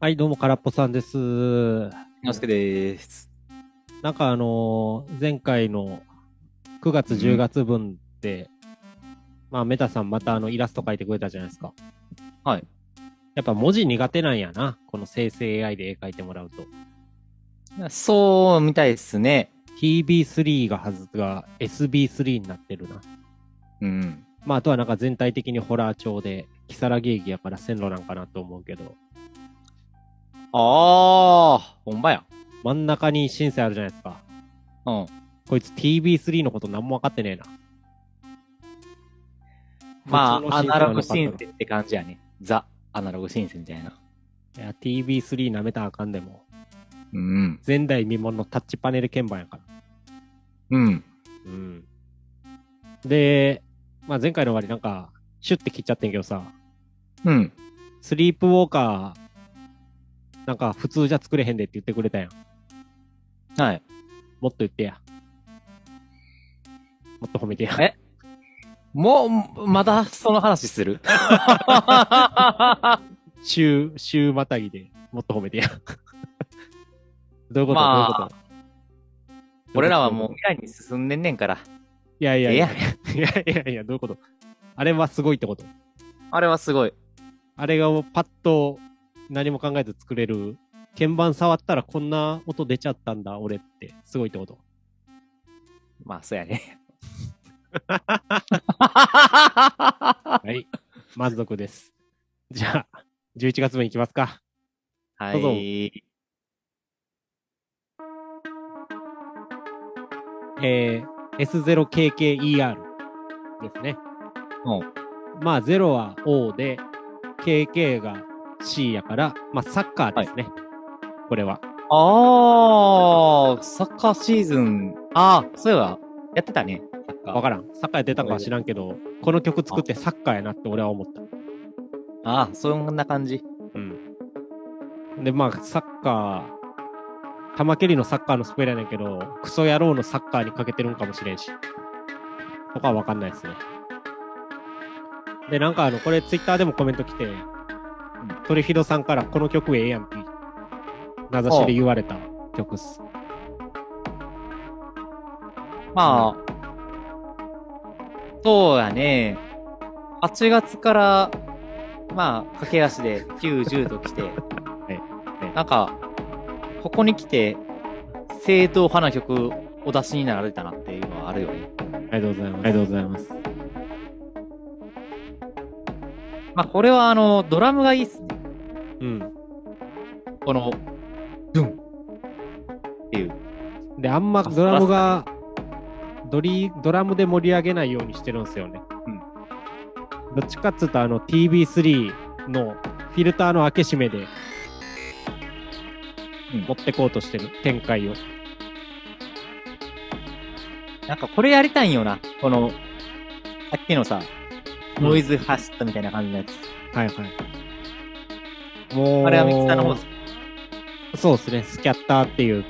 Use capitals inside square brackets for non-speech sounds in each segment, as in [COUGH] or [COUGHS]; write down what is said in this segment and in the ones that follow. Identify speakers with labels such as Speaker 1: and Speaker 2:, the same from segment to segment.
Speaker 1: はい、どうも、からっぽさんです。
Speaker 2: のすけです。
Speaker 1: なんかあのー前回の9月、
Speaker 2: うん
Speaker 1: 10月分で、まあ、メタさんまたあの、イラスト描いてくれたじゃないですか。
Speaker 2: はい。
Speaker 1: やっぱ文字苦手なんやな。この生成 AI で絵描いてもらうと。
Speaker 2: そう、みたいですね。
Speaker 1: TB3 がはずが SB3 になってるな。
Speaker 2: うん。
Speaker 1: まあ、あとはなんか全体的にホラー調で、キサラゲーやから線路なんかなと思うけど、
Speaker 2: ああ、ほんまや。
Speaker 1: 真ん中にシンセあるじゃないですか。
Speaker 2: うん。
Speaker 1: こいつ TB3 のこと何も分かってねえな。
Speaker 2: まあ、ア
Speaker 1: 普通の
Speaker 2: ナログ
Speaker 1: シ
Speaker 2: シ
Speaker 1: ン
Speaker 2: ン
Speaker 1: セ
Speaker 2: セって感じやね。ザ、アナログシンセみたいな。
Speaker 1: いや、TB3 舐めたらあかんでも。
Speaker 2: うん。
Speaker 1: 前代未聞のタッチパネル鍵盤やから。
Speaker 2: うん。
Speaker 1: うん。で、まあ前回の終わりなんか、シュッて切っちゃってんけどさ、
Speaker 2: うん。
Speaker 1: スリープウォーカー、なんか普通じゃ作れへんでって言ってくれたやん。
Speaker 2: はい。
Speaker 1: もっと言ってや。もっと褒めてや。
Speaker 2: えもう、まだその話する [LAUGHS]
Speaker 1: 週、週またぎでもっと褒めてや。 [LAUGHS] どういうこと、
Speaker 2: まあ
Speaker 1: どういうこと
Speaker 2: 俺らはもう未来に進んでんねんから。
Speaker 1: いやいやいや
Speaker 2: え。
Speaker 1: いやいやいや、どういうことあれはすごいってこと
Speaker 2: あれはすごい。
Speaker 1: あれがパッと何も考えず作れる。鍵盤触ったらこんな音出ちゃったんだ、俺って。すごいってこと。
Speaker 2: まあ、そうや
Speaker 1: [LAUGHS]
Speaker 2: ね。
Speaker 1: はい。満足です。じゃあ、11月分いきますか。
Speaker 2: は
Speaker 1: どうぞ
Speaker 2: い。
Speaker 1: えー、S0KKER ですね。まあ、0は O で、KK が C やから、まあ、サッカーですね。これは。
Speaker 2: ああ、サッカーシーズン。ああ、そういえば、やってたね。サッカー。
Speaker 1: わからん。サッカーやってたかは知らんけど、この曲作ってサッカーやなって俺は思った。
Speaker 2: ああ、そんな感じ。
Speaker 1: うん。で、まあ、サッカー、玉蹴りのサッカーのスペルやねんけど、クソ野郎のサッカーにかけてるんかもしれんし、とかはわかんないですね。で、なんかあの、これツイッターでもコメント来て、トリフィドさんからこの曲ええやんって、名指しで言われた曲っす。
Speaker 2: まあ、そうやね。8月から、まあ、駆け足で9、10と来て、
Speaker 1: ね
Speaker 2: なんか、ここに来て、正統派な曲お出しになられたなっていうのはあるよね。
Speaker 1: ありがとうございます。ありがとうございます。
Speaker 2: まあ、これはあの、ドラムがいいっすね。
Speaker 1: うん。
Speaker 2: この、ドゥンっていう。
Speaker 1: で、あんまドラムが、ドリドラムで盛り上げないようにしてるんですよね。どっちかっつうと、あの TB3 のフィルターの開け閉めで
Speaker 2: うん
Speaker 1: 持ってこうとしてる展開を。
Speaker 2: なんかこれやりたいんよな。この、さっきのさ、ノイズ走ったみたいな感じのやつ。
Speaker 1: はいはい。もう、
Speaker 2: あれはミキサーの方です
Speaker 1: そうですね、スキャッターっていう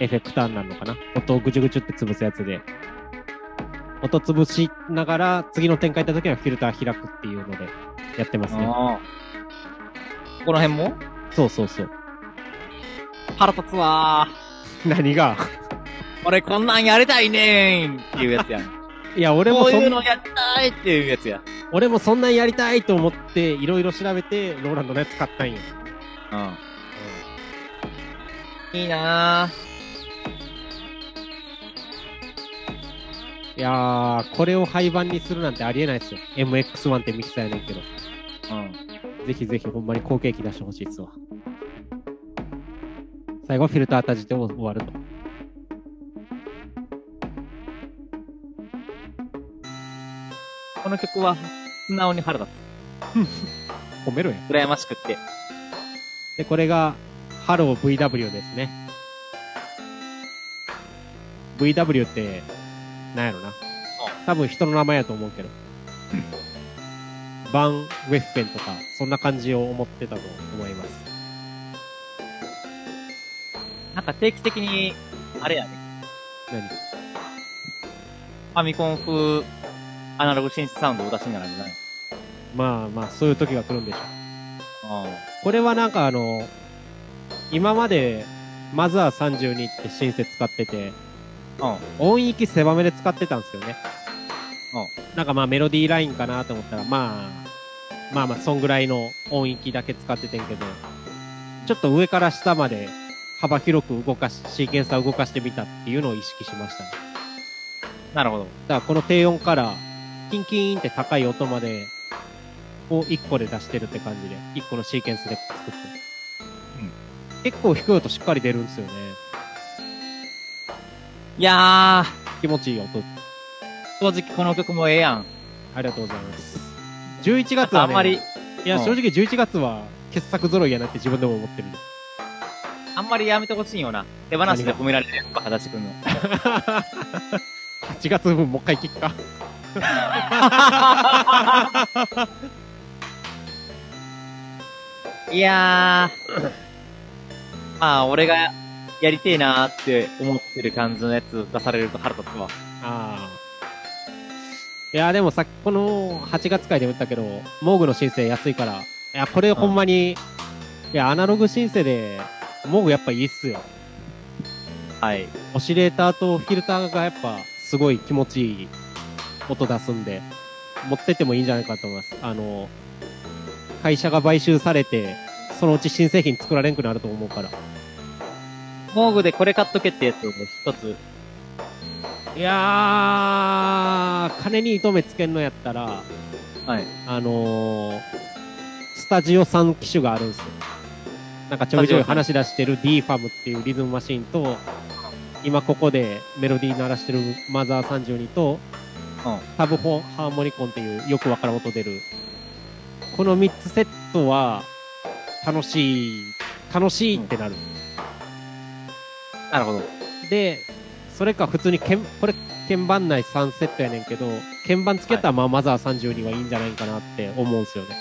Speaker 1: エフェクターになるのかな。音をぐちゅぐちゅって潰すやつで。音潰しながら、次の展開行った時はフィルター開くっていうので、やってますね。
Speaker 2: あーこの辺も
Speaker 1: そうそうそう。
Speaker 2: 腹立つわ
Speaker 1: 何が
Speaker 2: ー。俺こんなんやりたいねーんっていうやつや [LAUGHS] ん。
Speaker 1: いや、俺
Speaker 2: こ
Speaker 1: も
Speaker 2: う
Speaker 1: そ、
Speaker 2: いうんのやりたいっていうやつや。
Speaker 1: 俺もそんなんやりたいと思って、いろいろ調べて、ローランドのやつ買ったんよ。
Speaker 2: うん。いいなー。
Speaker 1: いやー、これを廃盤にするなんてありえないっすよ。MX1 ってミキサーやねんけど。
Speaker 2: うん。
Speaker 1: ぜひぜひ、ほんまに後継機出してほしいっすわ。最後、フィルターたじて終わると。
Speaker 2: この曲は、素直に腹立
Speaker 1: 褒めろや。
Speaker 2: つ。羨ましくって。
Speaker 1: で、これが、ハロー VW ですね。VW って、なんやろな。多分人の名前やと思うけど。バン・ウェッフェンとか、そんな感じを思ってたと思います。
Speaker 2: なんか定期的に、あれやね。
Speaker 1: 何
Speaker 2: ファミコン風、アナログシンセサウンドを出しにならんじゃない
Speaker 1: まあまあ、そういう時が来るんでしょ
Speaker 2: う
Speaker 1: これはなんかあの、今まで、マザー32ってシンセ使ってて、
Speaker 2: うん。うん。
Speaker 1: 音域狭めで使ってたんですよね。なんかまあメロディーラインかなと思ったら、まあ、まあまあ、そんぐらいの音域だけ使っててんけど、ちょっと上から下まで幅広く動かし、シーケンサー動かしてみたっていうのを意識しましたね。
Speaker 2: なるほど。
Speaker 1: だからこの低音から、キンキーンって高い音まで、を一個で出してるって感じで、一個のシーケンスで作って。結構低い音しっかり出るんですよね。
Speaker 2: いや
Speaker 1: 気持ちいい音。
Speaker 2: ー、正直この曲もええやん。
Speaker 1: ありがとうございます。11
Speaker 2: ちょっ
Speaker 1: 月
Speaker 2: と
Speaker 1: は、
Speaker 2: あ
Speaker 1: ね、
Speaker 2: んまり、
Speaker 1: いや、
Speaker 2: うん
Speaker 1: 正直11月は傑作揃いやなって自分でも思ってる。
Speaker 2: あんまりやめてほしいよな。手放しで褒められるやっぱ、足立くんの。
Speaker 1: 8月分もう一回聞くか。
Speaker 2: いやー、 [LAUGHS] まあ、俺がやりてえなーって思ってる感じのやつ出されると腹立つわ。
Speaker 1: ああ。いや、でもさ、この8月会でも言ったけど、モーグの申請安いから、いや、これほんまに、いや、アナログ申請で、モーグやっぱいいっすよ。
Speaker 2: はい。
Speaker 1: オシレーターとフィルターがやっぱすごい気持ちいい音出すんで、持ってってもいいんじゃないかと思います。あの、会社が買収されて、そのうち新製品作られんくなると思うから。
Speaker 2: モーグでこれ買っとけってやつを一つ。
Speaker 1: いやー、金に糸目つけんのやったら、
Speaker 2: はい。
Speaker 1: あのー、スタジオ3機種があるんですよ。なんかちょいちょい話し出してる DFAM っていうリズムマシンと、今ここでメロディー鳴らしてるマザー32と、
Speaker 2: うん
Speaker 1: タブホンハーモニコンっていうよくわからん音出る。この3つセットは、楽しい、楽しいってなる。
Speaker 2: なるほど。
Speaker 1: で、それか普通に鍵、これ鍵盤内3セットやねんけど、鍵盤つけたらまあマザー32はいいんじゃないかなって思うんすよね。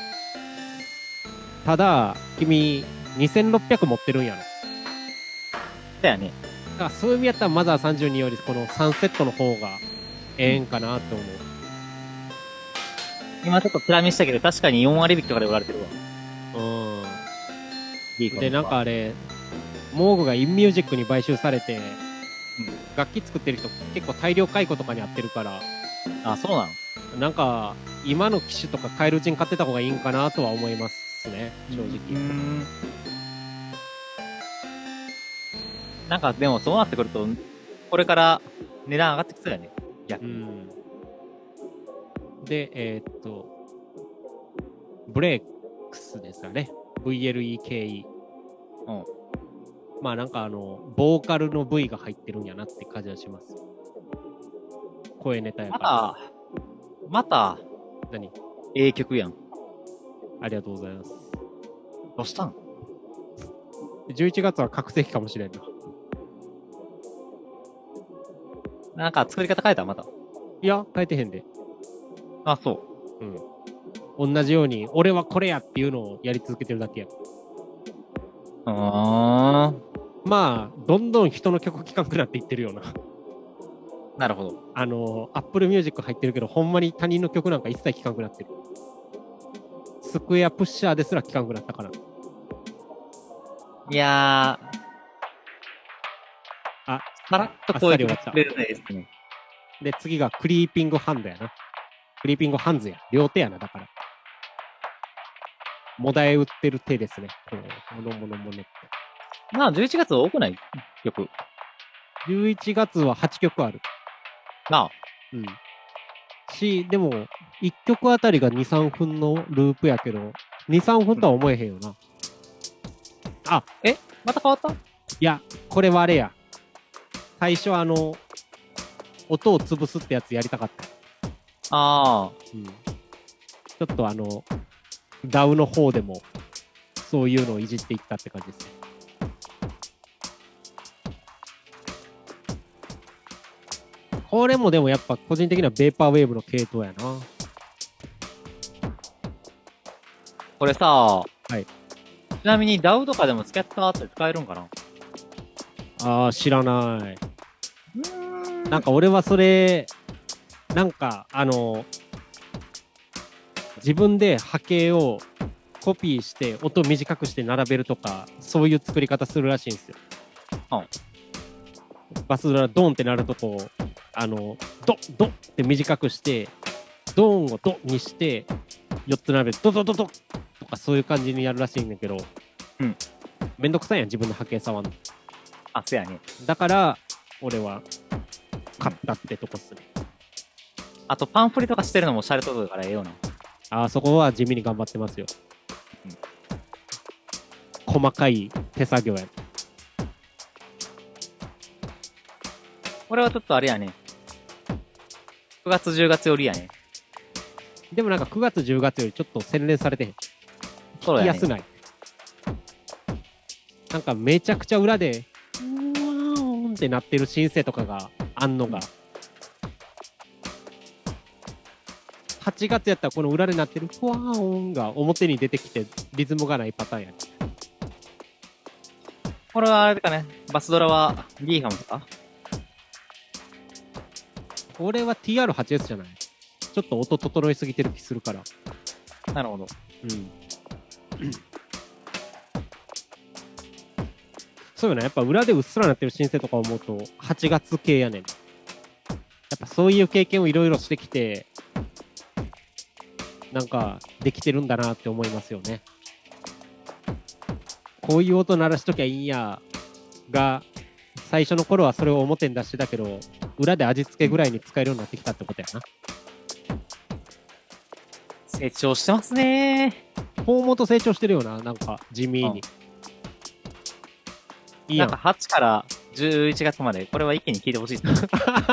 Speaker 1: ただ、君、2600持ってるんやろ。
Speaker 2: だよね。
Speaker 1: だからそういう意味やったらマザー32よりこの3セットの方がええんかなって思う。
Speaker 2: 今ちょっとチラ見したけど、確かに4割引きとかで売られてるわ。
Speaker 1: うん。
Speaker 2: いいか
Speaker 1: で、なんか、あれ、モーグがインミュージックに買収されて、楽器作ってる人結構大量解雇とかにあってるから、
Speaker 2: あ、そうなの
Speaker 1: なんか、今の機種とか買えるうちに買ってた方がいいんかなとは思いますね、正直。
Speaker 2: うーんなんか、でもそうなってくると、これから値段上がってきそうやね。逆
Speaker 1: う
Speaker 2: に。
Speaker 1: ん。で、えーっと、ブレックスですかね。VLEKE。
Speaker 2: うん。
Speaker 1: まあなんかあの、ボーカルの V が入ってるんやなって感じはします。声ネタや
Speaker 2: ま
Speaker 1: か
Speaker 2: た、また、
Speaker 1: ら。何
Speaker 2: ええ曲やん。
Speaker 1: ありがとうございます。
Speaker 2: どうしたん
Speaker 1: 11月は覚醒期かもしれんな。
Speaker 2: なんか作り方変えたまた。
Speaker 1: いや、変えてへんで。
Speaker 2: あ、そ
Speaker 1: うん。同じように、俺はこれやっていうのをやり続けてるだけや。
Speaker 2: う。あ
Speaker 1: まあ、どんどん人の曲聴かんくなっていってるような。 [LAUGHS]
Speaker 2: ー。なるほど。
Speaker 1: あの、Apple Music 入ってるけど、ほんまに他人の曲なんか一切聴かんくなってる。スクエアプッシャーですら聴かんくなったから。
Speaker 2: いやー。
Speaker 1: あ、
Speaker 2: さらっとこういう
Speaker 1: あ
Speaker 2: 曲
Speaker 1: っさ
Speaker 2: 作
Speaker 1: り
Speaker 2: れるねですね。
Speaker 1: で、次がクリーピングハンドやな。クリーピングハンズや。両手やな、だから。もだえ打ってる手ですね。こう、ものものもの。
Speaker 2: まあ、11月多くない曲。
Speaker 1: 11月は8曲ある。
Speaker 2: なあ。
Speaker 1: うん。し、でも、1曲あたりが2、3分のループやけど、2、3分とは思えへんよな。
Speaker 2: また変わった
Speaker 1: いや、これはあれや。最初あの、音を潰すってやつやりたかった。
Speaker 2: あ
Speaker 1: うん。ちょっとあの、DAW の方でも、そういうのをいじっていったって感じですね。これもでもやっぱ個人的にはベーパーウェーブの系統やな。。
Speaker 2: ー。これさはいちなみに DAW とかでもスキャッターって使えるんかな
Speaker 1: ああ、知らない。
Speaker 2: うーん
Speaker 1: なんか俺はそれ、なんか、あの、自分で波形をコピーして音短くして並べるとかそういう作り方するらしいんですよ。
Speaker 2: うん
Speaker 1: バスドラドンってなるとこをあのドドって短くしてドンをドにして4つ並べるドドドドとかそういう感じにやるらしいんだけど、
Speaker 2: うん、
Speaker 1: めんどくさいやん自分の波形触んの。
Speaker 2: あ、そうやね。
Speaker 1: だから俺は買ったってとこっすね。
Speaker 2: あと、パンフレとかしてるのもシャレとるからええよな。
Speaker 1: あーそこは地味に頑張ってますよ。細かい手作業や。
Speaker 2: これはちょっとあれやね。9月、10月よりやね。
Speaker 1: でもなんか9月10月よりちょっと洗練されてへん。
Speaker 2: そう
Speaker 1: 聞き
Speaker 2: や
Speaker 1: や
Speaker 2: ね
Speaker 1: す。ない。なんかめちゃくちゃ裏で、うーんってなってるシンセとかがあんのが。8月やったらこの裏で鳴ってるふわーんが表に出てきてリズムがないパターンや。
Speaker 2: これはあれかね。バスドラは D かもか
Speaker 1: これは TR8S じゃないちょっと音整いすぎてる気するから。
Speaker 2: なるほど。
Speaker 1: うん。 [COUGHS] そうよね。やっぱ裏でうっすらなってる申請とか思うと、8月系やねん。やっぱそういう経験をいろいろしてきて、なんかできてるんだなって思いますよね。こういう音鳴らしときゃいいんやが、最初の頃はそれを表に出してたけど、裏で味付けぐらいに使えるようになってきたってことやな。
Speaker 2: 成長してますね
Speaker 1: 本元成長してるよな、なんか地味に。いいや
Speaker 2: な
Speaker 1: ん。
Speaker 2: んか8から11月まで、これは一気に聞いてほしいですね。
Speaker 1: [LAUGHS] い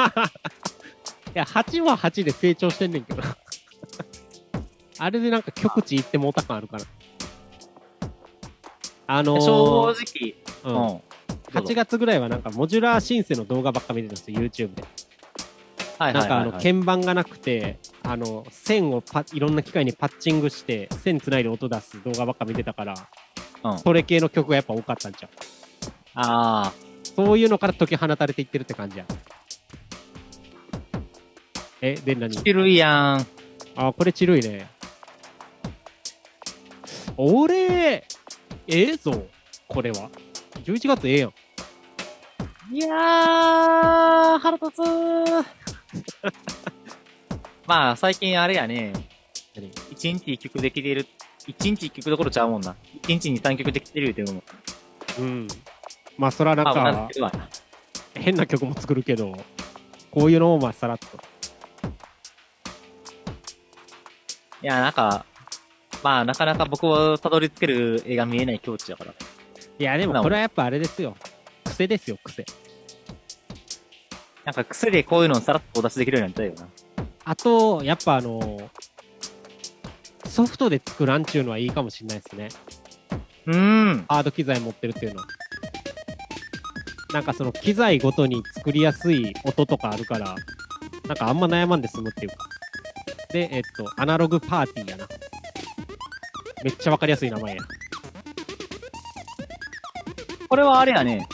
Speaker 1: や、8は8で成長してんねんけど。 [LAUGHS] あれでなんか極地行ってもうた感あるから。あのー
Speaker 2: 正
Speaker 1: う
Speaker 2: 直、うんん。
Speaker 1: 8月ぐらいはなんかモジュラーシンセの動画ばっか見てたんですよ、YouTube で。
Speaker 2: はいは
Speaker 1: なん
Speaker 2: い
Speaker 1: か
Speaker 2: は
Speaker 1: あ
Speaker 2: い
Speaker 1: の
Speaker 2: はい。
Speaker 1: 鍵盤がなくて、あの線をパいろんな機械にパッチングして、線つないで音出す動画ばっか見てたから、
Speaker 2: うん
Speaker 1: それ系の曲がやっぱ多かったんちゃう
Speaker 2: あ
Speaker 1: そういうのから解き放たれていってるって感じや。え、で何
Speaker 2: あ、種類やん。
Speaker 1: あ、これちるいね。俺、ええぞ、これは。11月ええやん。
Speaker 2: いやー、腹立つ
Speaker 1: [LAUGHS]
Speaker 2: まあ、最近あれやね。
Speaker 1: 何
Speaker 2: 1日1曲できてる。1日1曲どころちゃうもんな。1日に3曲できてるっていうのも。
Speaker 1: うん。まあ、そらなん
Speaker 2: まあ、
Speaker 1: か
Speaker 2: 同じ、けどな
Speaker 1: 変な曲も作るけど、こういうのをまあ、さらっと。
Speaker 2: いや、なんか、まあ、なかなか僕をたどり着ける絵が見えない境地だから。
Speaker 1: いや、でも
Speaker 2: な
Speaker 1: これはやっぱあれですよ。癖ですよ、癖。
Speaker 2: なんか癖でこういうのをさらっとお出しできるようになりたいよ
Speaker 1: あと、やっぱあのソフトで作らんちゅうのはいいかもしんないですね。
Speaker 2: な。うーん。
Speaker 1: ハード機材持ってるっていうのは。なんかその機材ごとに作りやすい音とかあるから、なんかあんま悩まんで済むっていうか。で、えっと、アナログパーティーやな。めっちゃわかりやすい名前や。
Speaker 2: これはあれやね。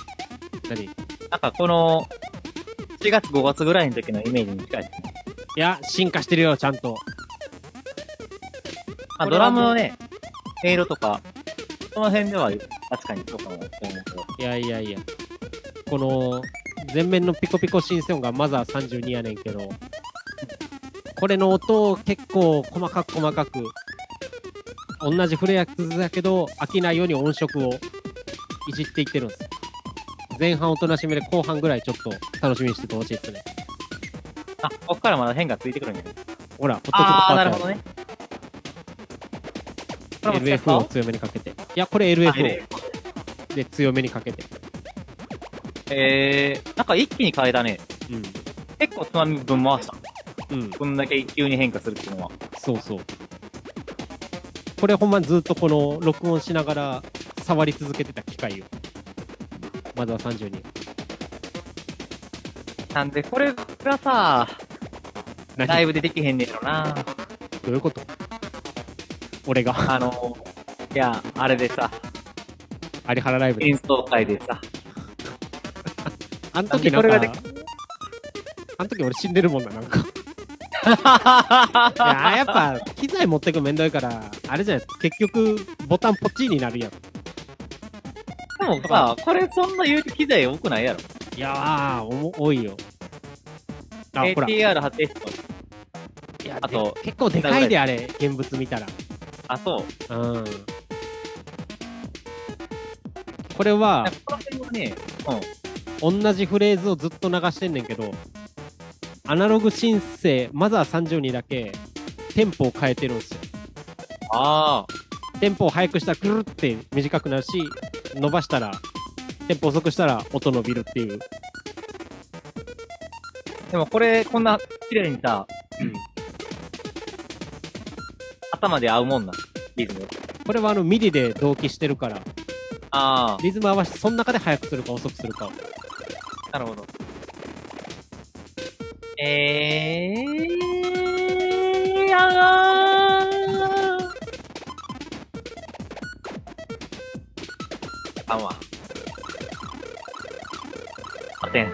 Speaker 1: 何い
Speaker 2: なんかこの、4月5月ぐらいの時のイメージに近い。
Speaker 1: や、進化してるよ、ちゃんと。
Speaker 2: まあ、
Speaker 1: これ
Speaker 2: ド
Speaker 1: は
Speaker 2: ラ
Speaker 1: も
Speaker 2: ム
Speaker 1: う
Speaker 2: のね、音色とか、その辺では確かにそうかもしれないけど。
Speaker 1: いやいやいや。この、前面のピコピコ新鮮音がマザー32やねんけど、これの音を結構細かく細かく、同じフレアクスだけど、飽きないように音色をいじっていってるんです。前半おとなしめで後半ぐらいちょっと楽しみにしててほしいですね。
Speaker 2: あ、こっからまだ変がついてくるんやね。
Speaker 1: ほら、ホットチョッ
Speaker 2: [LAUGHS] あ
Speaker 1: パー
Speaker 2: ー、
Speaker 1: タ
Speaker 2: なる
Speaker 1: ー
Speaker 2: ほどね。これも使
Speaker 1: LF を強めにかけて。いや、これ LF
Speaker 2: う
Speaker 1: をで強めにかけて。
Speaker 2: えー、なんか一気に変えたね。
Speaker 1: うん。
Speaker 2: 結構つまみぶん回した。
Speaker 1: うん。
Speaker 2: こんだけ急に変化するっていうのは。
Speaker 1: そうそう。これほんまずっとこの録音しながら触り続けてた機械を。まずは32。
Speaker 2: なんで、これがさ、
Speaker 1: 何
Speaker 2: ライブでできへんねやろな。
Speaker 1: どういうこと俺が [LAUGHS]
Speaker 2: あの、いや、あれでさ、
Speaker 1: 有原ライブで。
Speaker 2: 演奏会でさ、
Speaker 1: あの時なんか、
Speaker 2: なんでこれがで
Speaker 1: あの時俺死
Speaker 2: [LAUGHS]
Speaker 1: んでるもんな、なんか。いや、やっぱ機材持ってくのめんどいから、あれじゃないですか。結局、ボタンポチになるやん。
Speaker 2: でもさ、これそんな言うて機材多くないやろ。
Speaker 1: いやー、おも多いよ。あ、ほら。い
Speaker 2: ATR8 s と。
Speaker 1: や
Speaker 2: あと
Speaker 1: で結構でかいで、あれ、現物見たら。
Speaker 2: あ、そう。
Speaker 1: うん。これは
Speaker 2: なん、かこの辺はね、
Speaker 1: 同じフレーズをずっと流してんねんけど、アナログ申請、マザー32だけ、テンポを変えてるんですよ。
Speaker 2: ああ、
Speaker 1: テンポを速くしたら、くるって短くなるし、伸ばしたら、テンポ遅くしたら音伸びるっていう。
Speaker 2: でもこれ、こんな綺麗にさ、
Speaker 1: うん
Speaker 2: 頭で合うもんな、リズム。
Speaker 1: これはあの、ミディで同期してるから、
Speaker 2: あ
Speaker 1: リズム合わせて、その中で速くするか遅くするかを。
Speaker 2: あ、なるほど。えー、あーあんわ。あてん。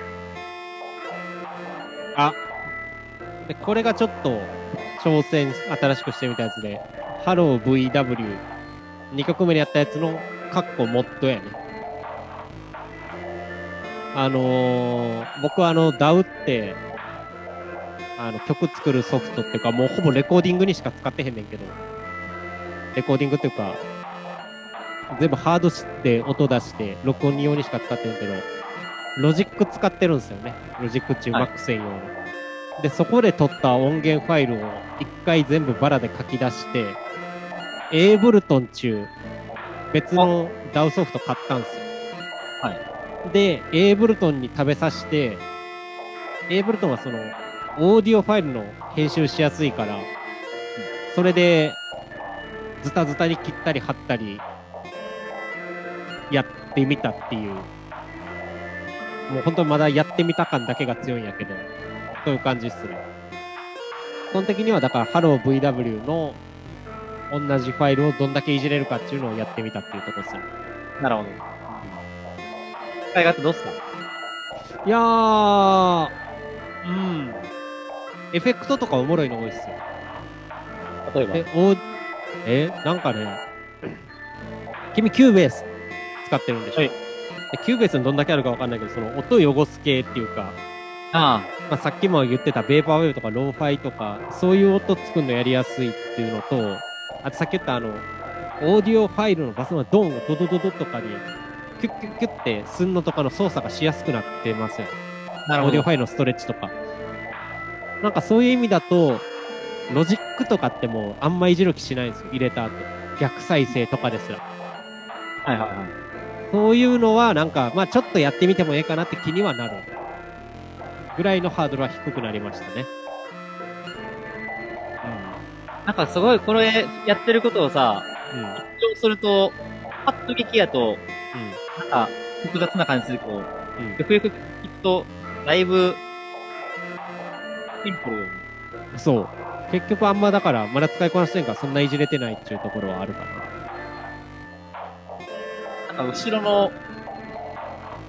Speaker 1: で、これがちょっと、挑戦、新しくしてみたやつで、ハロー VW、2曲目にやったやつの、カッコモッドやね。あのー、僕はあの、DAW って、あの、曲作るソフトっていうか、もうほぼレコーディングにしか使ってへんねんけど、レコーディングっていうか、全部ハードして音出して、録音用にしか使ってへんけど、ロジック使ってるんですよね。ロジック中、
Speaker 2: はい
Speaker 1: Mac 専用の。で、そこで撮った音源ファイルを一回全部バラで書き出して、エーブルトン中、別の DAW ソフト買ったんですよ。はい。で、エーブルトンに食べさせて、エーブルトンはその、オーディオファイルの編集しやすいから、それで、ズタズタに切ったり貼ったり、やってみたっていう。もう本当にまだやってみた感だけが強いんやけど、そういう感じっすね。その時にはだから、ハロー VW の同じファイルをどんだけいじれるかっていうのをやってみたっていうところですね。
Speaker 2: なるほど。使い勝手どうっすか
Speaker 1: いやー、うん。エフェクトとかおもろいの多いっすよ。
Speaker 2: 例えば
Speaker 1: え、お、え、なんかね、君キューベース使ってるんでしょ、
Speaker 2: はい
Speaker 1: でキューベースにどんだけあるかわかんないけど、その音汚す系っていうか、
Speaker 2: あ
Speaker 1: まあ、さっきも言ってたベーパーウェーブとかローファイとか、そういう音作るのやりやすいっていうのと、あとさっき言ったあの、オーディオファイルのバスのドンをドドドドとかに、キュッキュッキュッってすんのとかの操作がしやすくなってますよね。
Speaker 2: あ、なる
Speaker 1: オー
Speaker 2: ほ
Speaker 1: ディオ
Speaker 2: ど。
Speaker 1: ファイルのストレッチとか。なんかそういう意味だと、ロジックとかってもうあんまいじる気しないんですよ、入れた後。逆再生とかですら。
Speaker 2: はいはいはい。
Speaker 1: そういうのはなんか、まあちょっとやってみてもええかなって気にはなる。ぐらいのハードルは低くなりましたね。
Speaker 2: なんかすごい、これ、やってることをさ、
Speaker 1: うん。うん。
Speaker 2: 一応すると、パッと聞きやと、なんか、複雑な感じするけど、
Speaker 1: うん。
Speaker 2: よくよく聞くと、だいぶ、シンプルよね。
Speaker 1: うん。そう。結局あんまだから、まだ使いこなしてんからそんないじれてないっていうところはあるかな。
Speaker 2: なんか、後ろの、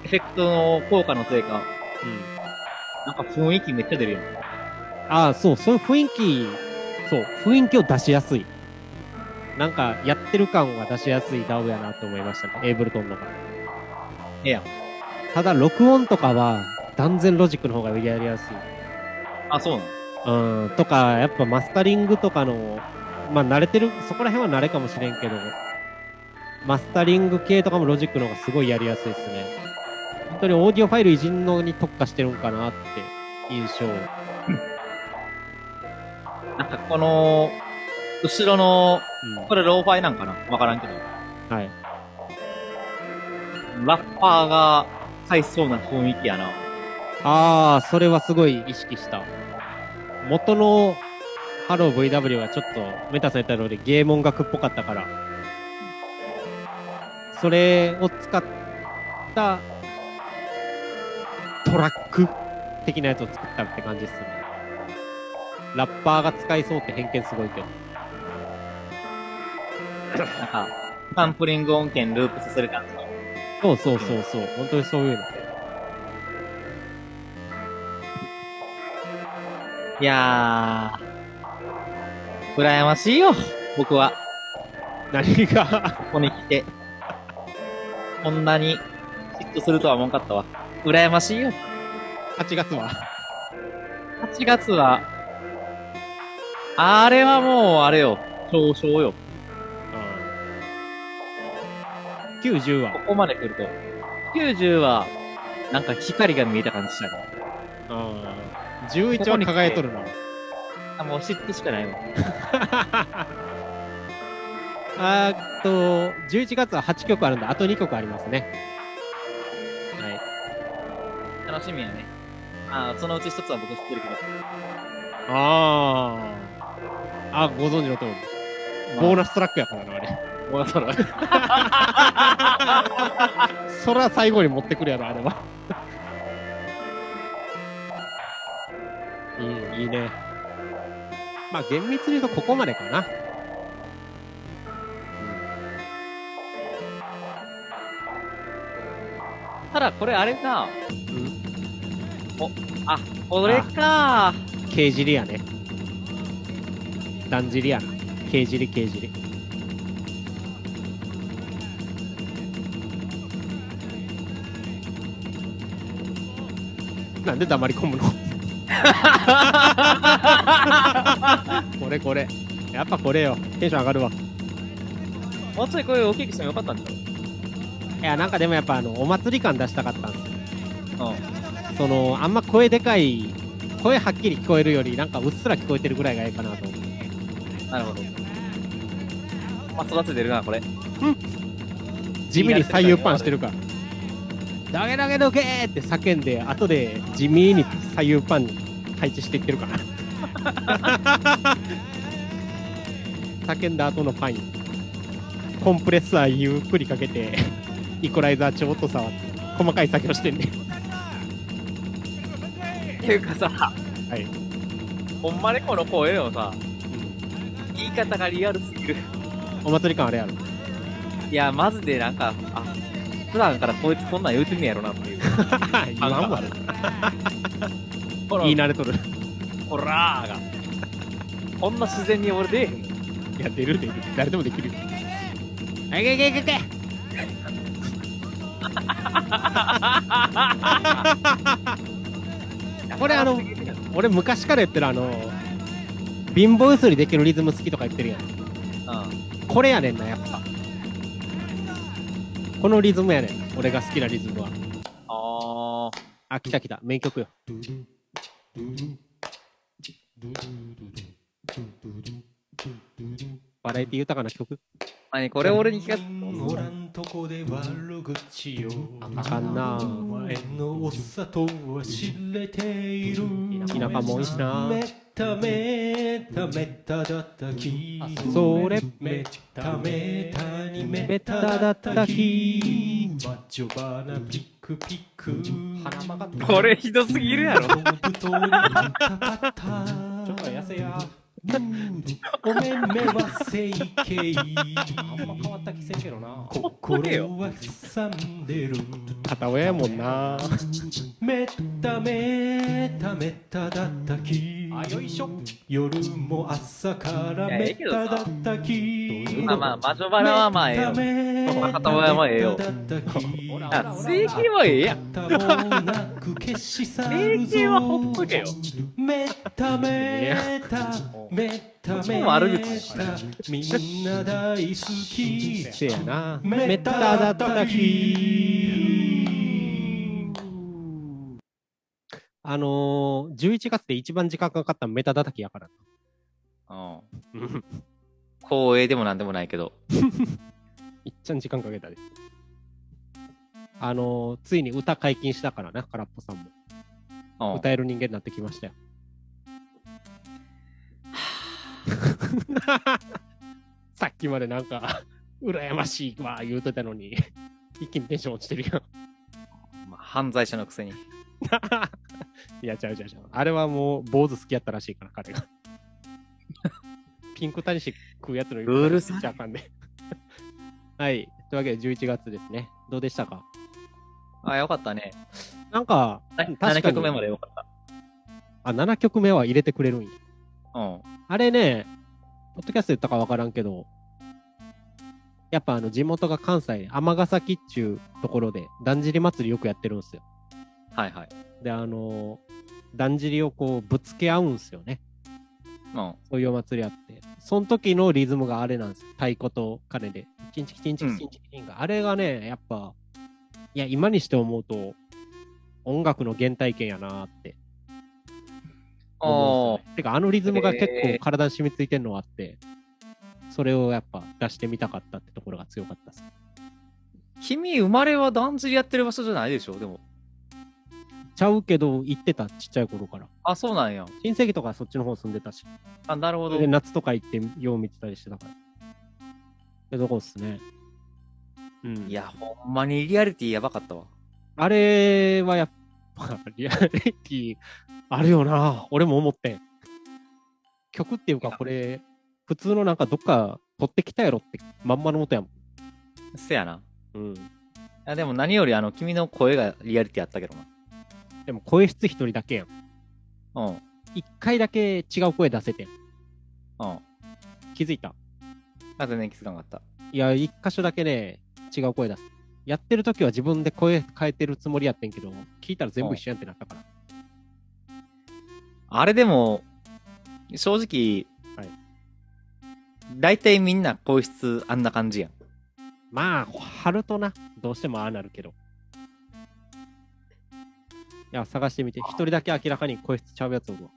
Speaker 2: エフェクトの効果のせいか、
Speaker 1: うん。
Speaker 2: なんか雰囲気めっちゃ出るよね。
Speaker 1: ああ、そう、そういう雰囲気、そう、雰囲気を出しやすい。なんか、やってる感が出しやすい DAO やなと思いましたね、エイブルトンのが。
Speaker 2: ええやん。
Speaker 1: ただ、録音とかは、断然ロジックの方がやりやすい。
Speaker 2: あ、そうなの
Speaker 1: うん、とか、やっぱマスタリングとかの、まあ、慣れてる、そこら辺は慣れかもしれんけど、マスタリング系とかもロジックの方がすごいやりやすいですね。本当にオーディオファイルいじんのに特化してるんかなって、印象。う
Speaker 2: なんか、この、後ろの、
Speaker 1: ん。
Speaker 2: これローファイなんかなわからんけど、
Speaker 1: はい。
Speaker 2: ラッパーが、買いそうな雰囲気やな。
Speaker 1: ああ、それはすごい意識した。元のハロー VW はちょっとメタさん言ったのでゲーム音楽っぽかったから、それを使ったトラック的なやつを作ったって感じですね。ラッパーが使いそうって偏見すごいけど。
Speaker 2: なんか、サンプリング音源ループさせる感じの。
Speaker 1: そうそうそうそう、本当にそういうの。
Speaker 2: いやー、羨ましいよ、僕は。
Speaker 1: 何 [LAUGHS] が
Speaker 2: ここに来て。こんなに嫉妬するとは思わんかったわ。羨ましいよ。
Speaker 1: 8月は
Speaker 2: 8月は、あれはもうあれよ。上昇よ。
Speaker 1: 90は
Speaker 2: ここまで来ると。90は、なんか光が見えた感じしたね。
Speaker 1: うん11は輝いとるな
Speaker 2: あ、もう嫉妬しかないわ。
Speaker 1: あーっと11月は8曲あるんであと2曲ありますねはい
Speaker 2: 楽しみやね。あそのうち一つは僕知ってるけど。
Speaker 1: あーあご存知の通りボーナストラックやからなあれ
Speaker 2: ス。ボーナスだろ。
Speaker 1: そら最後に持ってくるやろあ [LAUGHS] れはいいいいねまあ厳密に言うとここまでかな
Speaker 2: ただこれあれか。
Speaker 1: うん
Speaker 2: あ、これか。
Speaker 1: 軽尻やねだんじりやな軽尻軽尻なんで黙り込むのこれこれやっぱこれよテンション上がるわ
Speaker 2: もうちょい声を大きくしてもよかったんだ
Speaker 1: いやなんかでもやっぱあのお祭り感出したかったんですよ
Speaker 2: ろう。
Speaker 1: そのあんま声でかい声はっきり聞こえるよりなんかうっすら聞こえてるぐらいがいいかなと思って
Speaker 2: うん。なるほど。まあ、育ててるな、これ。
Speaker 1: 地味に左右パンしてるから。投げ投げどけーって叫んで、後で地味に左右パンに配置していってるから。叫んだ後のパンにコンプレッサーゆっくりかけて、イコライザーちょっと触って、細かい作業してんね。。
Speaker 2: っていうかさ、はいほんまにこの声のさ、言い方がリアルすぎる。
Speaker 1: お祭り感あれやろ。
Speaker 2: いや、マジでなんか、あ、普段からこいつこんなん言うてんねやろな [LAUGHS] っていう。
Speaker 1: 今も [LAUGHS] ある。
Speaker 2: この
Speaker 1: 言い慣れとる。
Speaker 2: こらーが。こんな自然に俺出えへんもん。
Speaker 1: いや、出る出る。誰でもできるよ。あげげげげこれあの
Speaker 2: う
Speaker 1: 俺昔から言ってるあの貧乏ゆすりできるリズム好きとか言ってるやん
Speaker 2: ん。
Speaker 1: これやねんなやっぱこのリズムやねん俺が好きなリズムは
Speaker 2: あー。
Speaker 1: あ来た来た名曲よバラエティ豊かな曲
Speaker 2: 何これ俺に聞かせ
Speaker 3: おらんとこで悪口を
Speaker 1: あかんな
Speaker 3: お前のお砂糖は知れている
Speaker 1: 田舎も多いしな
Speaker 3: めっためっためっただったき
Speaker 1: それ
Speaker 3: めっためったにめっただったきマッチョバナピックピック
Speaker 1: 鼻曲がった
Speaker 2: これひどすぎるやろ。
Speaker 3: 太りたかった
Speaker 1: ちょっと痩せや
Speaker 3: うんおめめは整形
Speaker 1: あんま変わった気せんけどな
Speaker 3: 心は刻んでる
Speaker 1: 片親やもん [LAUGHS] な
Speaker 3: めっためっためっただったき
Speaker 1: あよいしょ
Speaker 3: 夜も朝からめっただったき
Speaker 2: まあまあ、魔女バラはまあええよ。
Speaker 3: よ
Speaker 2: 片親もええよあ、正規はええやん。
Speaker 3: もなく消し去るぞ
Speaker 2: 正規はほっとけよ。
Speaker 3: めっためっためっためった
Speaker 2: 悪口
Speaker 3: みんな大好き
Speaker 1: せやな
Speaker 3: め
Speaker 1: め
Speaker 3: っ
Speaker 1: ったた
Speaker 3: だ
Speaker 1: だ
Speaker 3: っ
Speaker 1: ったた
Speaker 3: き
Speaker 1: あのー、11月で一番時間かかったメタ叩きやから
Speaker 2: うん。
Speaker 1: な。
Speaker 2: 光栄でもなんでもないけど。
Speaker 1: いっちゃん時間かけたです。あのー、ついに歌解禁したからな、空っぽさん
Speaker 2: うん
Speaker 1: も。。歌える人間になってきましたよ。 [LAUGHS] さっきまでなんか、羨ましいわ、言うてたのに、一気にテンション落ちてるよ。
Speaker 2: まあ犯罪者のくせに。
Speaker 1: [LAUGHS] いや、ちゃうちゃうちゃう。あれはもう、坊主好きやったらしいから、彼が。ピンクタニシ食うやつの
Speaker 2: うるさ
Speaker 1: 言うこと聞い
Speaker 2: い
Speaker 1: ちゃあかんね。はい。というわけで、11月ですね。どうでしたか
Speaker 2: あ、よかったね。
Speaker 1: なんか、
Speaker 2: はい
Speaker 1: かに
Speaker 2: 7曲目までよかっ
Speaker 1: あ、7曲目は入れてくれるんや。
Speaker 2: た。うん。
Speaker 1: あれね、ポッドキャスト言ったかわからんけど、やっぱあの地元が関西で、尼崎っちゅうところで、だんじり祭りよくやってるんですよ。
Speaker 2: はいはい。
Speaker 1: で、あのーだんじりをこうぶつけ合うんですよね。
Speaker 2: うん。
Speaker 1: そういうお祭りあって。その時のリズムがあれなんです。太鼓と鐘で。チンチキチンチキチンチキチンが。あれがね、やっぱ、いや、今にして思うと、音楽の原体験やなーって思うん
Speaker 2: お
Speaker 1: ですよね。てか、あのリズムが結
Speaker 2: へ
Speaker 1: 構
Speaker 2: ー
Speaker 1: 体に染みついてんのはあって、それをやっぱ出してみたかったってところが強かったです。
Speaker 2: 君、生まれはだんじりやってる場所じゃないでしょでも。
Speaker 1: ちゃうけど、行ってた、ちっちゃい頃から。
Speaker 2: あ、そうなんや。
Speaker 1: 親戚とかそっちの方住んでたし。
Speaker 2: あ、なるほど
Speaker 1: で、。夏とか行ってよう見てたりしてたから。え、どこっすね。うん。
Speaker 2: いや、ほんまにリアリティやばかったわ。
Speaker 1: あれはやっぱリアリティあるよな。俺も思ってん。曲っていうかこれ、普通のなんかどっか取ってきたやろってまんまの音やもん。
Speaker 2: せやな。
Speaker 1: うん。
Speaker 2: あでも何より、あの、君の声がリアリティやったけど
Speaker 1: でも声質一人だけやん。
Speaker 2: な。うん。
Speaker 1: 一回だけ違う声出せてん。
Speaker 2: うん。
Speaker 1: 気づいた。
Speaker 2: あ、全然気づかなかった。
Speaker 1: いや、一箇所だけね、違う声出す。やってる時は自分で声変えてるつもりやってんけど、聞いたら全部一緒やんってなったから。
Speaker 2: あれでも、正直、
Speaker 1: はい
Speaker 2: 大体みんな声質あんな感じやん。
Speaker 1: まあ、貼るとな、どうしてもああなるけど。いや、探してみて。一人だけ明らかに声質ちゃうやつおるわ。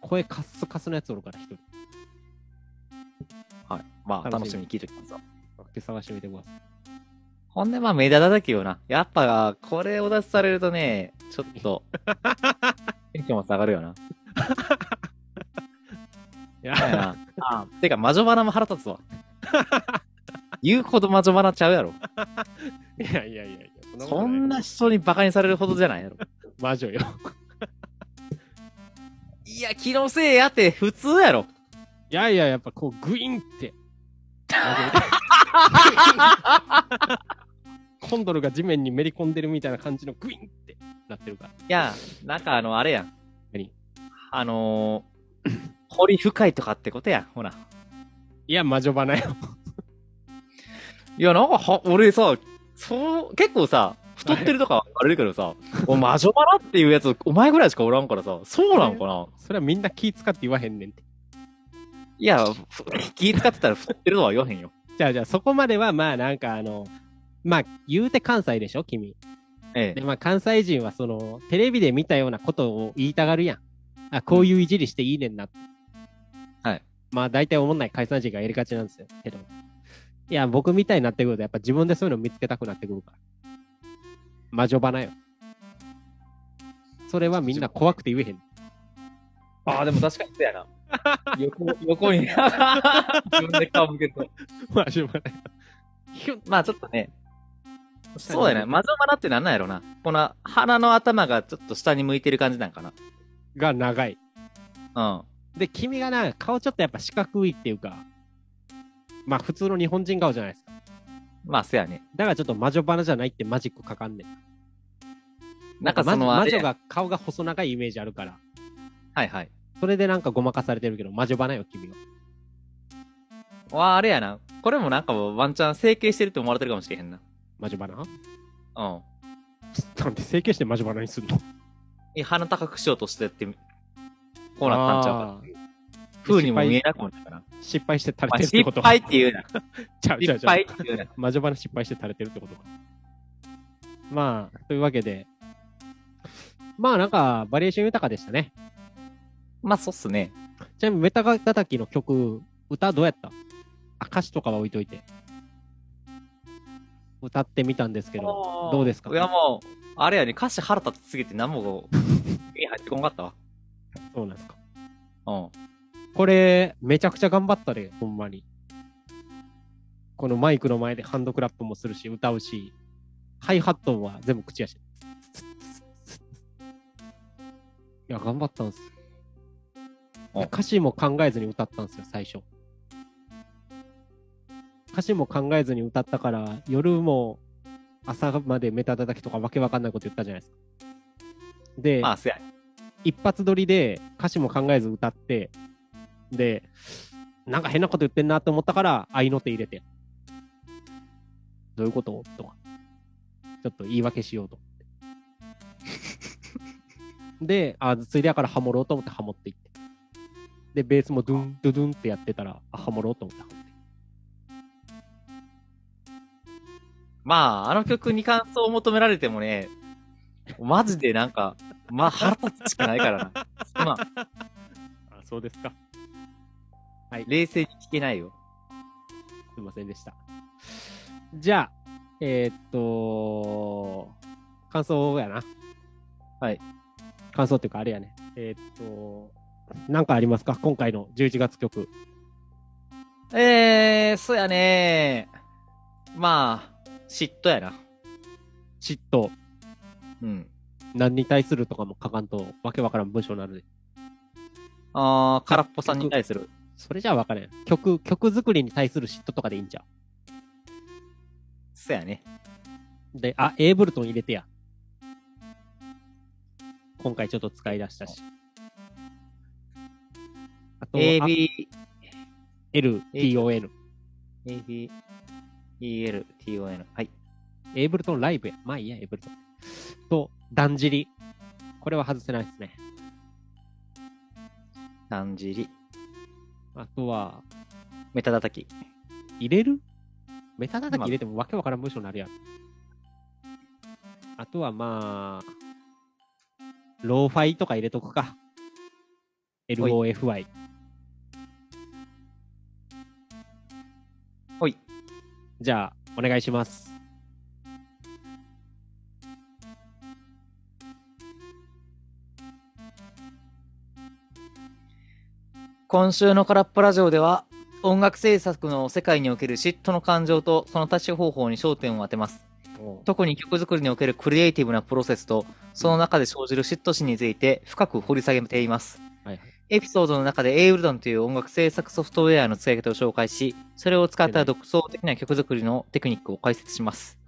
Speaker 1: 声カッスカスのやつおるから、一人。
Speaker 2: はい。まあ、
Speaker 1: 楽
Speaker 2: 楽
Speaker 1: し
Speaker 2: し
Speaker 1: み
Speaker 2: みに聞いておきますわ。
Speaker 1: で探してみてください。
Speaker 2: ほんで、まあ、メダルだけどな。やっぱ、これお出しされるとね、ちょ
Speaker 1: [LAUGHS]
Speaker 2: っと、テンションも下がるよな。
Speaker 1: い
Speaker 2: そうや
Speaker 1: や、
Speaker 2: な。あてか、魔女花も腹立つわ。言うほど魔女花ちゃうやろ。
Speaker 1: いやいやいやいや、
Speaker 2: そん
Speaker 1: な
Speaker 2: な人にバカにされるほどじゃないやろ。
Speaker 1: ことない魔女よ。
Speaker 2: いや、気のせいやって普通やろ。
Speaker 1: いやいや、やっぱこう、グインって。コンドルが地面にめり込んでるみたいな感じのグインってなってるから。
Speaker 2: いや、なんかあの、あれやん。
Speaker 1: 何
Speaker 2: あのー、 [COUGHS] 掘り深いとかってことやん、ほら。
Speaker 1: いや、魔女花よ。
Speaker 2: いや、なんかは、俺さ、そう、結構さ、太ってるとかあれだけどさ、お魔女バラっていうやつ、お前ぐらいしかおらんからさ、そうなんかな
Speaker 1: それはみんな気使って言わへんねんって。
Speaker 2: いや、ふ気使ってたら太ってるとは言わへんよ。
Speaker 1: じゃあじゃあそこまではまあなんかあの、まあ言うて関西でしょ君。
Speaker 2: え
Speaker 1: で
Speaker 2: え。
Speaker 1: まあ関西人はそのテレビで見たようなことを言いたがるやん。あ、こういういじりしていいねんなって。
Speaker 2: はい。
Speaker 1: まあ大体思んない解散人がやりがちなんですよ。けど。いや、僕みたいになってくるとやっぱ自分でそういうの見つけたくなってくるから。魔女花よ。それはみんな怖くて言えへん。
Speaker 2: ああ、でも確かにそうやな。横、横に、自分で顔向けと。
Speaker 1: 魔女花よ。ひゅん
Speaker 2: まあちょっとね、そうやね。魔女バラってなんなんやろな。この鼻の頭がちょっと下に向いてる感じなんかな。
Speaker 1: [LAUGHS] が長い。
Speaker 2: うん。
Speaker 1: で、君がな、顔ちょっとやっぱ四角いっていうか、まあ普通の日本人顔じゃないですか。
Speaker 2: まあ、せやね。
Speaker 1: だからちょっと魔女花じゃないってマジックかかんねん。
Speaker 2: なんかその
Speaker 1: 魔
Speaker 2: あ
Speaker 1: 女
Speaker 2: れ
Speaker 1: 魔女が顔が細長いイメージあるから、
Speaker 2: はいはい。
Speaker 1: それでなんかごまかされてるけど、魔女花よ、君は。
Speaker 2: わあ、あれやな。これもなんかワンチャン整形してるって思われてるかもしれへんな。
Speaker 1: 魔女花
Speaker 2: うん。
Speaker 1: なんで整形して魔女花にすんの
Speaker 2: いや鼻高くしようとしてって、こうなったんちゃうか。
Speaker 1: あー
Speaker 2: 風にも見えなくもないかな。
Speaker 1: 失敗して垂
Speaker 2: ま
Speaker 1: れ
Speaker 2: あ
Speaker 1: てるって
Speaker 2: 失
Speaker 1: こと。
Speaker 2: 敗っ
Speaker 1: [LAUGHS]
Speaker 2: て言うな。
Speaker 1: ちゃうちゃう
Speaker 2: 失
Speaker 1: ちゃう
Speaker 2: 敗って言うな。
Speaker 1: 魔女花失敗して垂れてるってことか。まあ、というわけで、まあなんか、バリエーション豊かでしたね。
Speaker 2: まあ、そうっすね。
Speaker 1: ちなみに、メタガタキの曲、歌どうやったあ歌詞とかは置いといて。歌ってみたんですけど、どうですか
Speaker 2: いや、もう、あれやね、歌詞腹立ちすぎて何も
Speaker 1: [LAUGHS]
Speaker 2: こう、目に入ってこんかったわ。
Speaker 1: そうなんですか。
Speaker 2: うん。
Speaker 1: これ、めちゃくちゃ頑張ったで、ほんまに。このマイクの前でハンドクラップもするし、歌うし、ハイハットは全部口やし。いや、頑張ったんです
Speaker 2: お
Speaker 1: で歌詞も考えずに歌ったんですよ、最初。歌詞も考えずに歌ったから、夜も朝までメタ叩きとかわけわかんないこと言ったじゃないですか。で、
Speaker 2: まあ、せやね。
Speaker 1: 一発撮りで歌詞も考えず歌って、で、なんか変なこと言ってんなって思ったから、愛の手入れて。どういうこととか。ちょっと言い訳しようと思って。で、あ、ついでやからハモろうと思ってハモっていって。で、ベースもドゥン、ドゥドゥンってやってたら、あ、ハモろうと思ってハモって。
Speaker 2: まあ、あの曲に感想を求められてもね、マジでなんか、まあ腹立つしかないからな。
Speaker 1: [LAUGHS]
Speaker 2: そんな、
Speaker 1: あ、そうですか。
Speaker 2: 冷静に聞けないよ。
Speaker 1: すいませんでした。じゃあ、えーっと、感想やな。
Speaker 2: はい。
Speaker 1: 感想っていうか、あれやね。えーっと、なんかありますか今回の11月曲。
Speaker 2: えー、そうやねまあ、嫉妬やな。
Speaker 1: 嫉妬。
Speaker 2: うん。
Speaker 1: 何に対するとかも書かんと、わけわからん文章になるで。
Speaker 2: あー、空っぽさんに対する。
Speaker 1: それじゃあわからん。曲、曲作りに対する嫉妬とかでいいんちゃ
Speaker 2: そうやね。
Speaker 1: うで、あ、エイブルトン入れてや。今回ちょっと使い出したし。あと、
Speaker 2: A,
Speaker 1: あ
Speaker 2: B,
Speaker 1: L, T, O, N。
Speaker 2: A, B, E, L, T, O, N。はい。
Speaker 1: エイブルトンライブや。まあいいや、エイブルトン。と、だんじり。これは外せないですね。
Speaker 2: だんじり。
Speaker 1: あとは、
Speaker 2: メタ叩き。
Speaker 1: 入れるメタ叩き入れてもわけわからん文章になるやん。あとはまあ、ローファイとか入れとくか。
Speaker 2: ほ
Speaker 1: LOFY。
Speaker 2: ほい。
Speaker 1: じゃあ、お願いします。
Speaker 2: 今週の空っぽラジオでは、音楽制作の世界における嫉妬の感情とその達し方法に焦点を当てます。特に曲作りにおけるクリエイティブなプロセスと、その中で生じる嫉妬心について深く掘り下げています。
Speaker 1: はいはい
Speaker 2: エピソードの中で a ウルドンという音楽制作ソフトウェアの使い方を紹介し、それを使った独創的な曲作りのテクニックを解説します。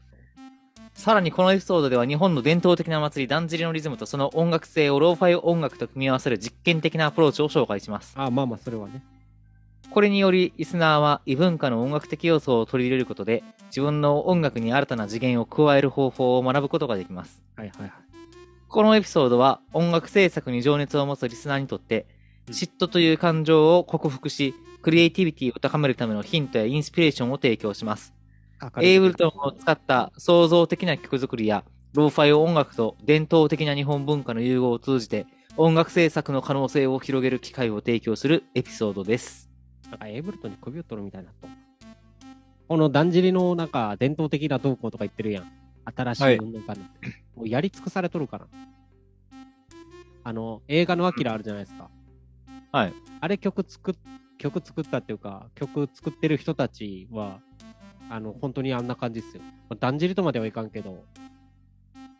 Speaker 2: さらにこのエピソードでは日本の伝統的な祭り、だんじりのリズムとその音楽性をローファイ音楽と組み合わせる実験的なアプローチを紹介します。
Speaker 1: あまあまあ、それはね。
Speaker 2: これにより、リスナーは異文化の音楽的要素を取り入れることで、自分の音楽に新たな次元を加える方法を学ぶことができます。
Speaker 1: はいはいはい。
Speaker 2: このエピソードは、音楽制作に情熱を持つリスナーにとって、
Speaker 1: うん
Speaker 2: 嫉妬という感情を克服し、クリエイティビティを高めるためのヒントやインスピレーションを提供します。エイブルトンを使った創造的な曲作りや、ローファイ音楽と伝統的な日本文化の融合を通じて、音楽制作の可能性を広げる機会を提供するエピソードです。
Speaker 1: なんかエイブルトンに首を取るみたいなと。このだんじりのなんか伝統的な動向とか言ってるやん。新しい運動家になって。もうやり尽くされとるから。あの、映画のアキラあるじゃないですか。
Speaker 2: はい。
Speaker 1: あれ曲作っ、曲作ったっていうか、曲作ってる人たちは、あの、本当にあんな感じですよ。まあだんじりとまではいかんけど、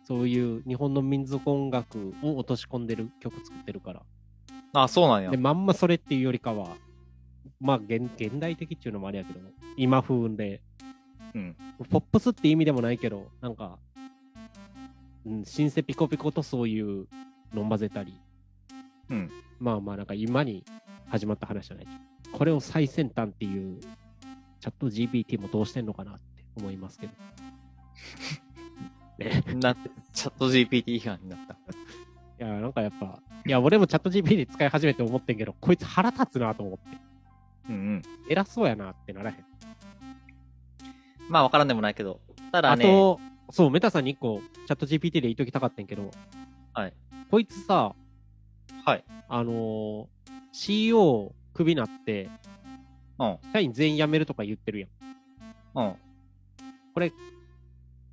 Speaker 1: そういう日本の民族音楽を落とし込んでる曲作ってるから。
Speaker 2: あ、そうなんや
Speaker 1: で、まんまそれっていうよりかは、まあ現、現代的っていうのもあれやけど、今風で、
Speaker 2: うん。
Speaker 1: ポップスって意味でもないけど、なんか、うん、シンセピコピコとそういうのを混ぜたり、
Speaker 2: うん。
Speaker 1: まあまあ、なんか今に始まった話じゃないでしょこれを最先端っていう、チャット GPT もどうしてんのかなって思いますけど。
Speaker 2: なんて、チャット GPT 批判になった。
Speaker 1: いや、なんかやっぱ、いや、俺もチャット GPT 使い始めて思ってんけど、こいつ腹立つなと思って、
Speaker 2: うんうん。
Speaker 1: 偉そうやなってならへん。
Speaker 2: まあ、わからんでもないけど。ただ
Speaker 1: あ
Speaker 2: ね、
Speaker 1: と、そう、メタさんに一個、チャット GPT で言いときたかったんやけど、
Speaker 2: はい。
Speaker 1: こいつさ、
Speaker 2: はい。
Speaker 1: あのー、CEO クビなって、
Speaker 2: うん。
Speaker 1: 社員全員辞めるとか言ってるやん。
Speaker 2: うん。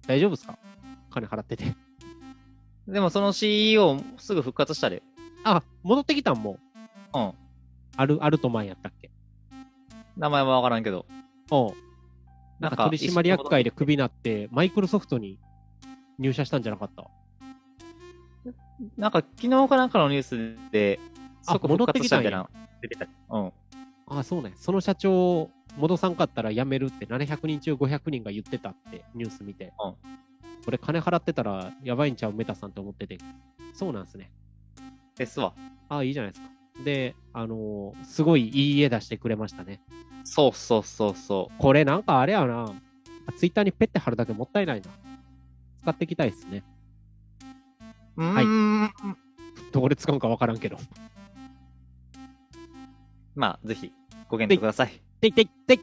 Speaker 1: 大丈夫っすか金払ってて。 [LAUGHS]
Speaker 2: でも、その CEO すぐ復活したで。
Speaker 1: あ、戻ってきたんもう。
Speaker 2: うん。
Speaker 1: ある、あると前やったっけ
Speaker 2: 名前はわからんけど。
Speaker 1: うん。なんか取締役会でクビなって、マイクロソフトに入社したんじゃなかった
Speaker 2: なんか、昨日かなんかのニュースで、
Speaker 1: あ
Speaker 2: 即復活したみたい
Speaker 1: 戻
Speaker 2: な。出てた。うん。
Speaker 1: あ、そうね。その社長、戻さんかったら辞めるって700人中500人が言ってたってニュース見て。
Speaker 2: うん
Speaker 1: 俺金払ってたらやばいんちゃうメタさんって思ってて。そうなんすね。
Speaker 2: ですわ。
Speaker 1: あいいじゃないですか。で、あのーすごいいい絵出してくれましたね。
Speaker 2: そうそうそうそ
Speaker 1: これなんかあれやな。ツイッターにペッて貼るだけもったいないな。使っていきたいですね。
Speaker 2: う。は
Speaker 1: はい
Speaker 2: い。
Speaker 1: どこで使うんかわからんけど。
Speaker 2: まあ、ぜひ、ご検討ください。
Speaker 1: ていていてい